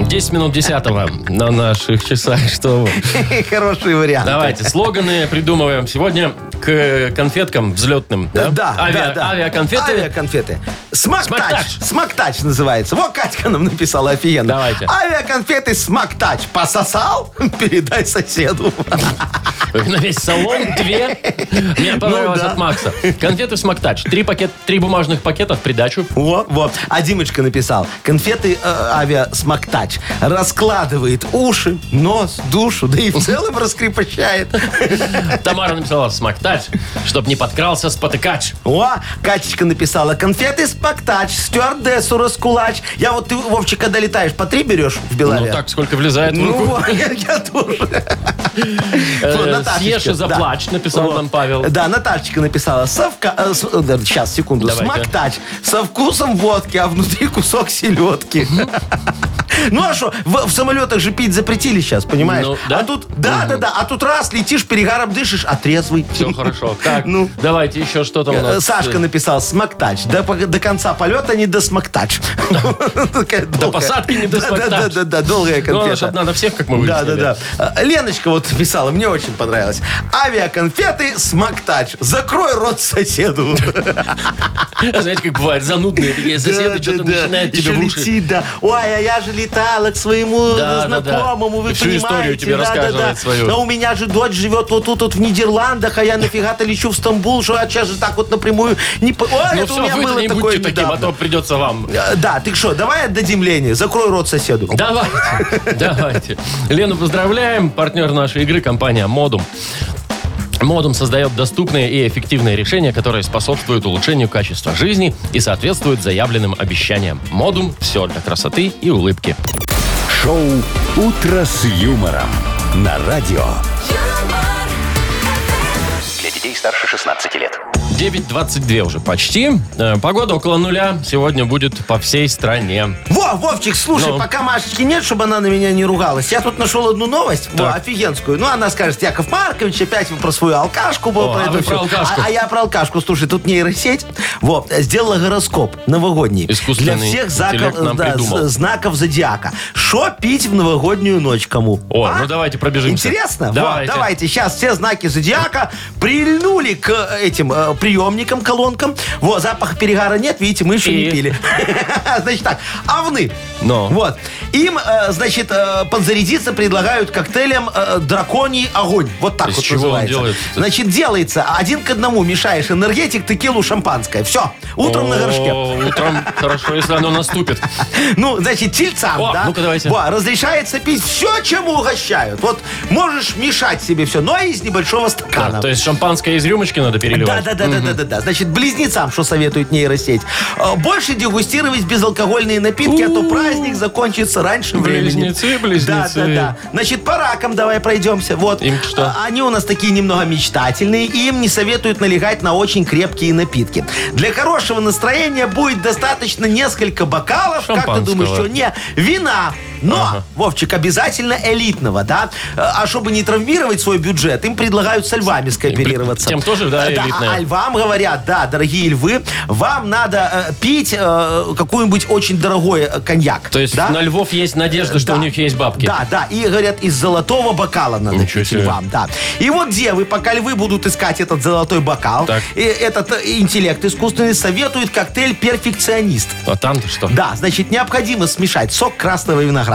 10 минут 10 на наших часах. Что вы? Хороший вариант. Давайте, слоганы придумываем сегодня к конфеткам взлетным. Да, Да, Э, да, Авиа- да. Авиаконфеты. Авиаконфеты. Смактач. Смактач. Смактач называется. Вот Катька нам написала офигенно. Давайте. Авиаконфеты Смактач. Пососал? Передай соседу. На весь салон две. Мне понравилось Ну да. от Макса. Конфеты «Смоктач». Три, пакет, три бумажных пакета в придачу. Во, вот. А Димочка написал. Конфеты э, авиасмоктач раскладывает уши, нос, душу, да и в целом раскрепощает. Тамара написала «Смоктач», чтоб не подкрался спотыкач. О, Катечка написала. Конфеты смоктач, стюардессу раскулач. Я вот ты, Вовчик, когда летаешь, по три берешь в Ну Беларусь? так, сколько влезает в Ну, руку. вот, я, я тоже. Э, Вот, Наташечка, Съешь и заплачь, да. написал Вот. нам Павел. Да, Наташечка написала. э, Сейчас, секунду. Давайте. Смактач. Со вкусом водки, а внутри кусок селедки. Ну а что, в, в самолетах же пить запретили сейчас, понимаешь? Ну, да? А тут, да, да, да, а тут раз летишь, перегаром дышишь, а трезвый. Все хорошо. Так, Ну. давайте еще что там у Э, нас. Сашка написал смактач. До, пог- до конца полета не до смактач. До посадки не до смактач. Да, да, да, да, долгая Ну, она ж конфета. одна на всех, как мы Да, выяснили. да, да. А, Леночка вот писала, мне очень понравилось. Авиаконфеты смактач. Закрой рот соседу. Знаете, как бывает, занудные такие соседы что-то Да, да, да. начинают тебе Еще в уши. летит, да. Ой, а я же летала к своему Да, да, да. знакомому, вы И всю понимаете. историю тебе да, да, рассказывает да. свою. Да у меня же дочь живет вот тут вот в Нидерландах, а я нафига-то лечу в Стамбул, что я сейчас же так вот напрямую не... по- Ой, Ну это у все, меня вы было не такое будьте таким, а недавно. то придется вам. Э, Да, ты что, давай отдадим Лене, закрой рот соседу. Давайте, давайте. Лену поздравляем. Партнер нашей игры – компания «Модум». Модум создает доступные и эффективные решения, которые способствуют улучшению качества жизни и соответствуют заявленным обещаниям. Модум – все для красоты и улыбки. Шоу «Утро с юмором» на радио. юмор, Для детей старше 16 лет. 9.22 уже почти. Э, Погода около нуля. Сегодня будет по всей стране. Во, Вовчик, слушай, Ну. пока Машечки нет, чтобы она на меня не ругалась. Я тут нашел одну новость, во, Так. офигенскую. Ну, она скажет, Яков Маркович, опять вы про свою алкашку. во, О, про а это вы всё». про алкашку. А, а я про алкашку. Слушай, тут нейросеть вот, сделала гороскоп новогодний. Искусственный Для всех интеллект заков- нам да, придумал. з- знаков зодиака. Что пить в новогоднюю ночь кому? О, А? ну давайте пробежимся. Интересно? Давайте. Вот, давайте. Сейчас все знаки зодиака прильнули к э, этим э, приемникам, колонкам. Вот, запаха перегара нет, видите, мы еще И? не пили. Значит так, овны. Но. Вот. Им, э, значит, э, подзарядиться предлагают коктейлем э, «Драконий огонь». Вот так Из вот чего он называется. делается? Значит, делается один к одному. Мешаешь энергетик, текилу, шампанское. Все. Утром на горшке. О, Утром хорошо, если оно наступит. Ну, значит, тельцам, О, да? ну-ка давайте. Во, разрешается пить все, чему угощают. Вот можешь мешать себе все, но из небольшого Так, стакана. то есть шампанское и из рюмочки надо переливать? Да, да, да, да, да, да, да. Значит, близнецам, что советует нейросеть? А, Больше дегустировать безалкогольные напитки, а то праздник закончится раньше времени. Близнецы, близнецы. Да, да, да. Значит, по ракам давай пройдемся. Вот. Им что? А, Они у нас такие немного мечтательные, и им не советуют налегать на очень крепкие напитки. Для хорошего настроения будет достаточно несколько бокалов. Как ты Шампанского. думаешь, что не вина? Но, Вовчик, обязательно элитного, да? А чтобы не травмировать свой бюджет, им предлагают со львами скооперироваться. Тем тоже, да, А, элитное? а- а вам говорят, да, дорогие львы, вам надо э, пить э, какой-нибудь очень дорогой э, коньяк. То есть да? на львов есть надежда, что Да. у них есть бабки. Да, да. И говорят, из золотого бокала надо Ничего пить себе. львам, да. И вот девы, пока львы будут искать этот золотой бокал, Так. и этот э, интеллект искусственный советует коктейль «Перфекционист». А там что? Да, значит, необходимо смешать сок красного винограда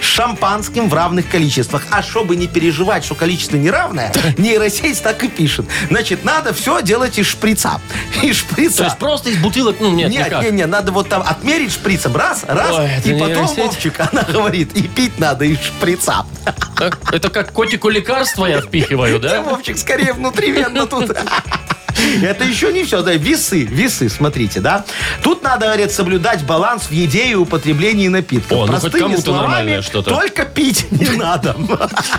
с шампанским в равных количествах. А чтобы не переживать, что количество неравное, нейросеть так и пишет. Значит, надо все делать из шприца. Из шприца. То есть просто из бутылок, ну, нет, Нет, никак. не, не, надо вот там отмерить шприцем. Раз, раз, Ой, это и потом, нейросеть. Вовчик, она говорит, и пить надо из шприца. Как- Это как котику лекарство я впихиваю, Да, да? Вовчик, скорее внутривенно тут. Это еще не все, да, весы, весы, смотрите, да. Тут надо, говорят, соблюдать баланс в еде и употреблении напитков. О, ну хоть Простыми кому-то словами, нормальное что-то. Только пить не надо.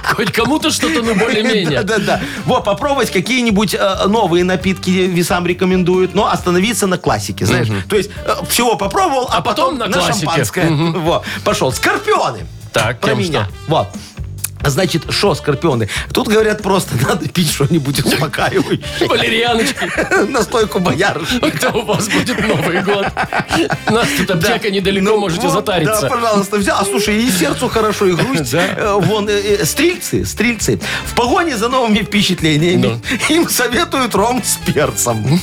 Хоть кому-то что-то, ну, более-менее. Да-да-да. Вот, попробовать какие-нибудь э, новые напитки весам рекомендуют, но остановиться на классике, знаешь. То есть э, всего попробовал, а, А потом на классике. шампанское. Во, пошел. Скорпионы. Так, Про тем меня. что? Вот. Значит, шо, скорпионы? Тут говорят просто, надо пить что-нибудь успокаивающее. Валерьяночки, Настойку боярышника. это у вас будет Новый год. Нас тут аптека недалеко, Ну, можете вот, Да, затариться. пожалуйста, взял. А слушай, и сердцу хорошо, и грусть. Да. Э, Вон, э, э, стрельцы, стрельцы. В погоне за новыми впечатлениями им советуют ром с перцем.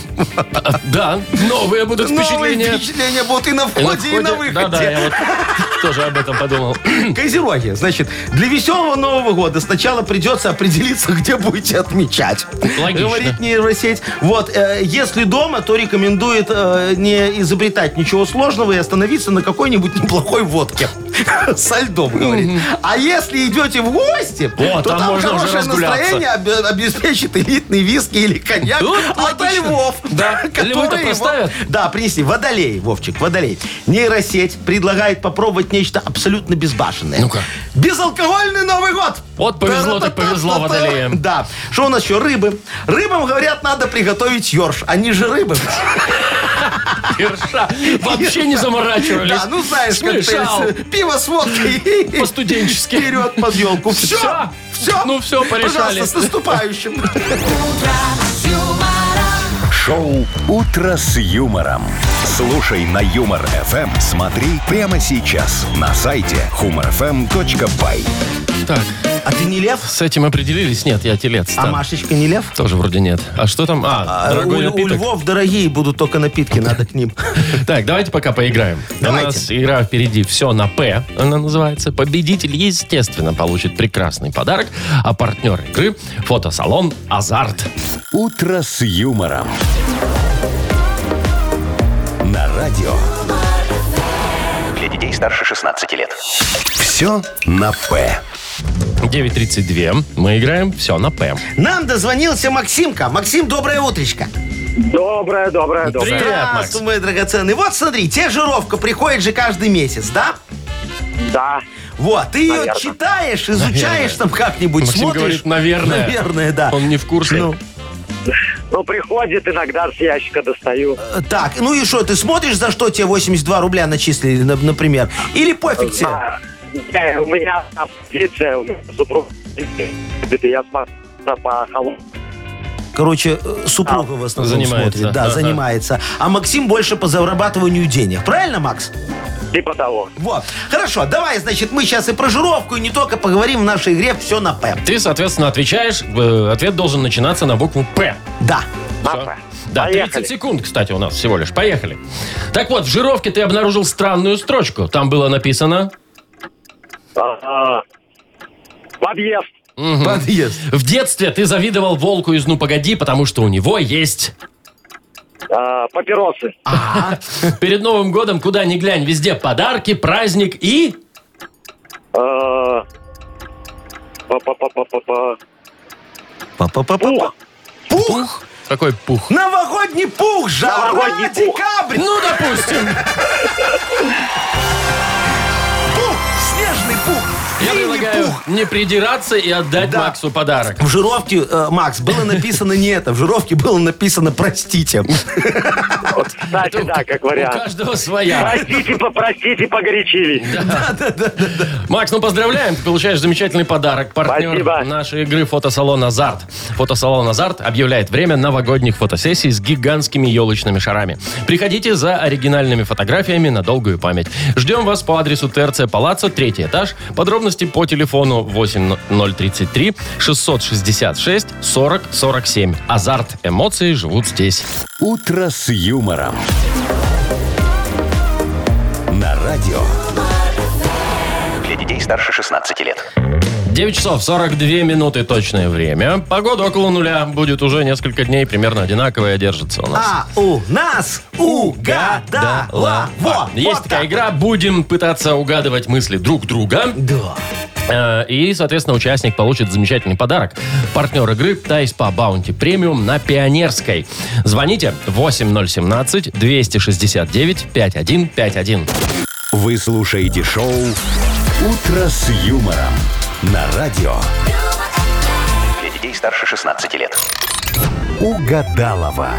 Да, новые будут Новые впечатления. впечатления будут и И на на входе, и на входе- Да-да, я выходе. вот тоже об этом подумал. Козероги, значит, для веселого Нового года сначала придется определиться, где будете отмечать. Логично. Говорит нейросеть. Вот, э, если дома, то рекомендует э, не изобретать ничего сложного и остановиться на какой-нибудь неплохой водке. Со льдом, говорит. А если идете в гости, О, то там там, можно уже хорошее разгуляться. настроение об- обеспечит элитный виски или коньяк Вот от логично. львов. Да, которые львы-то его- поставят. да, принесли. Водолей, Вовчик, водолей. Нейросеть предлагает попробовать нечто абсолютно безбашенное. Ну-ка. Безалкогольный Новый год! Вот повезло, так повезло водолеям. Да. Что у нас еще? Рыбы. Рыбам, говорят, надо приготовить ерш. Они же рыбы. Перша. Вообще не заморачивались. Да, ну знаешь, Смешал. коктейль. Пиво с водкой. По-студенчески. Вперед под елку. Все. Всё? Все. Ну, всё, порешали. Пожалуйста, с наступающим. Шоу «Утро с юмором». Слушай на Юмор ФМ. Смотри прямо сейчас на сайте humorfm.by. Так, А ты не лев? с этим определились? Нет, я телец. А там. Машечка не лев? Тоже вроде нет. А что там? А, А, дорогой у, у напиток. львов дорогие будут только напитки, надо к ним. Так, давайте пока поиграем. У Давайте. нас игра впереди «Все на П», она называется. Победитель, естественно, получит прекрасный подарок, а партнер игры – фотосалон «Азарт». «Утро с юмором». На радио. Для детей старше 16 лет. Все на «П». 9.32. Мы играем «Все на П». Нам дозвонился Максимка. Максим, доброе утречко. Доброе, доброе, доброе. Привет, Макс. Здравствуй, мой драгоценный. Вот смотри, те жировка приходит же каждый месяц, да? Да. Вот, ты ее Наверно. читаешь, изучаешь там как-нибудь, Максим смотришь. говорит, «наверное». Наверное, да. Он не в курсе. Ну. Ну, приходит, иногда с ящика достаю. Э, Так, ну и что, ты смотришь, за что тебе 82 рубля начислили, на- например? Или пофиг тебе? А, э, у меня позиция, Э, у меня супруг. Это я смотрю по холм. Короче, э, супруга в основном Занимается. смотрит. Да, Ага. занимается. А Максим больше по зарабатыванию денег. Правильно, Макс? Типа того. Вот. Хорошо, давай, значит, мы сейчас и про жировку, и не только поговорим в нашей игре «Все на П». Ты, соответственно, отвечаешь. Э, Ответ должен начинаться на букву «П». Да. Папа, Да, поехали. 30 секунд, кстати, у нас всего лишь. Поехали. Так вот, в жировке ты обнаружил странную строчку. Там было написано... А, а, в объезд. Подъезд. В детстве ты завидовал волку из «Ну, погоди», потому что у него есть... А, папиросы. Перед Новым годом, куда ни глянь, везде подарки, праздник и... А, па-па-па-па-па-па. Па-па-па-па. Пух. Пух! пух. Какой пух? Новогодний пух, жара, Новогодний пух. декабрь. Ну, допустим. Пух, снежный пух. Я Вилли предлагаю пух. не придираться и отдать Да. Максу подарок. В жировке, э, Макс, было написано не это. В жировке было написано «Простите». Вот, Кстати, да, как У вариант. каждого своя. Простите, попросите, погорячились. Макс, ну поздравляем, ты получаешь замечательный подарок. Партнер Спасибо. нашей игры фотосалон «Азарт». Фотосалон «Азарт» объявляет время новогодних фотосессий с гигантскими елочными шарами. Приходите за оригинальными фотографиями на долгую память. Ждем вас по адресу ТРЦ Палаццо, третий этаж. Подробности по телефону 8033 666 40 47. «Азарт» эмоции живут здесь. «Утро с юмором». На радио. Для детей старше 16 лет. 9 часов 42 минуты точное время. Погода около нуля. Будет уже несколько дней, примерно одинаковая держится у нас. А у нас угадала. Во, А, Есть вот такая так. игра. Будем пытаться угадывать мысли друг друга. Да. Э, И, соответственно, участник получит замечательный подарок. Партнер игры Тайс по Баунти Премиум на Пионерской. Звоните 8017-269-5151. Вы слушаете шоу «Утро с юмором». На радио. Для детей старше 16 лет. Угадалова.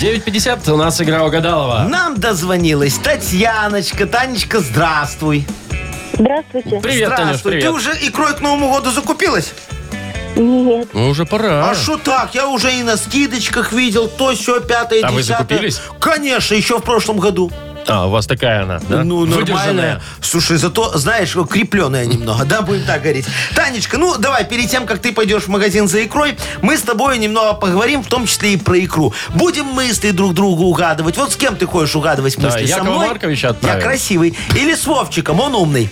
9.50 у нас игра угадалова. Нам дозвонилась Татьяночка. Танечка, здравствуй. Здравствуйте. Привет, Танюш, здравствуй. привет. Ты уже икрой к Новому году закупилась? Нет, Ну, уже пора. А что так? Я уже и на скидочках видел то, все, пятое, А вы десятое. закупились? Конечно, еще в прошлом году. А, у вас такая она, да? Ну, Выдержанная. нормальная. Слушай, зато, знаешь, крепленая немного, да, будем так говорить. Танечка, ну, давай, перед тем, как ты пойдешь в магазин за икрой, мы с тобой немного поговорим, в том числе и про икру. Будем мысли друг другу угадывать. Вот с кем ты хочешь угадывать Да, мысли? Со Якова мной? Марковича отправим. Я красивый. Или с Вовчиком, он умный.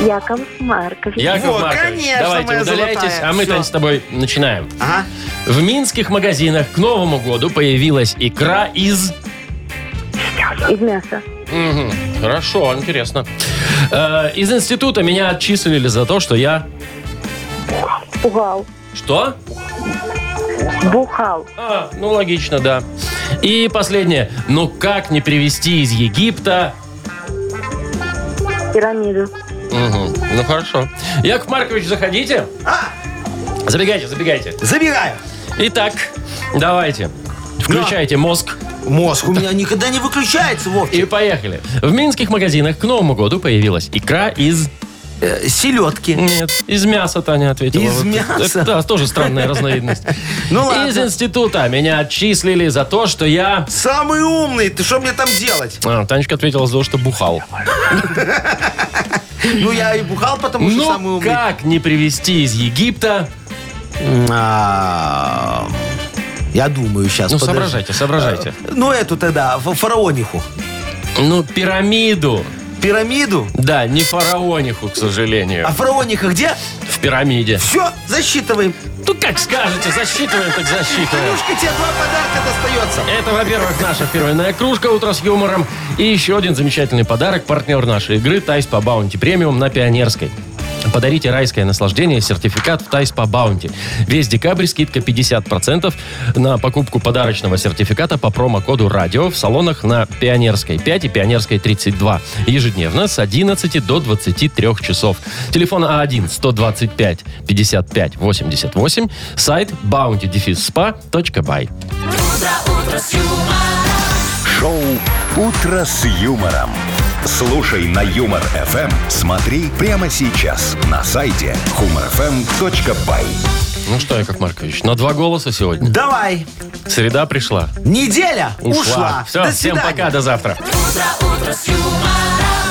Яков Маркович. Яков Во, Маркович, конечно, давайте моя удаляйтесь, золотая. а мы, Всё. Тань, с тобой начинаем. Ага. В минских магазинах к Новому году появилась икра из... Из мяса. Мгм, Хорошо, интересно. Э, из института меня отчислили за то, что я... Пугал. Что? Бухал. А, ну логично, да. И последнее. Ну как не привезти из Египта... Пирамиду. Мгм, Ну хорошо. Яков Маркович, заходите. Забегайте, забегайте. Забираю. Итак, давайте. Включайте мозг. Мозг у меня никогда не выключается, Вовчик. И поехали. В минских магазинах к Новому году появилась икра из... Э, Селедки. Нет, из мяса, Таня ответила. Из Вот. мяса? Э, Да, тоже странная разновидность. Ну ладно. Из института меня отчислили за то, что я... Самый умный, ты что мне там делать? А, Танечка ответила за то, что бухал. Ну, я и бухал, потому что самый Ну, умный. как не привезти из Египта... А, Я думаю сейчас. Ну, соображайте, соображайте. Ну, эту тогда, ф- фараониху. Ну, пирамиду. Пирамиду. Да, не фараониху, к сожалению. А фараониха где? В пирамиде. Все, засчитываем. Ну, как скажете, засчитываем, так засчитываем. Танюшка, тебе два подарка достается. Это, во-первых, наша фирменная кружка «Утро с юмором». И еще один замечательный подарок. Партнер нашей игры «Тайс по баунти премиум» на Пионерской. Подарите райское наслаждение, сертификат в Тайс по баунти. Весь декабрь скидка 50% на покупку подарочного сертификата по промокоду «Радио» в салонах на Пионерской 5 и Пионерской 32. Ежедневно с 11 до 23 часов. Телефон А А1-125-55-88, сайт bountydefizspa.by. Шоу «Утро с юмором». Слушай на Юмор ФМ. Смотри прямо сейчас на сайте humorfm.by. Ну что, Яков Маркович, на два голоса сегодня. Давай. Среда пришла. Неделя ушла. Все, до всем свидания. пока, до завтра. утро, утро с юмором.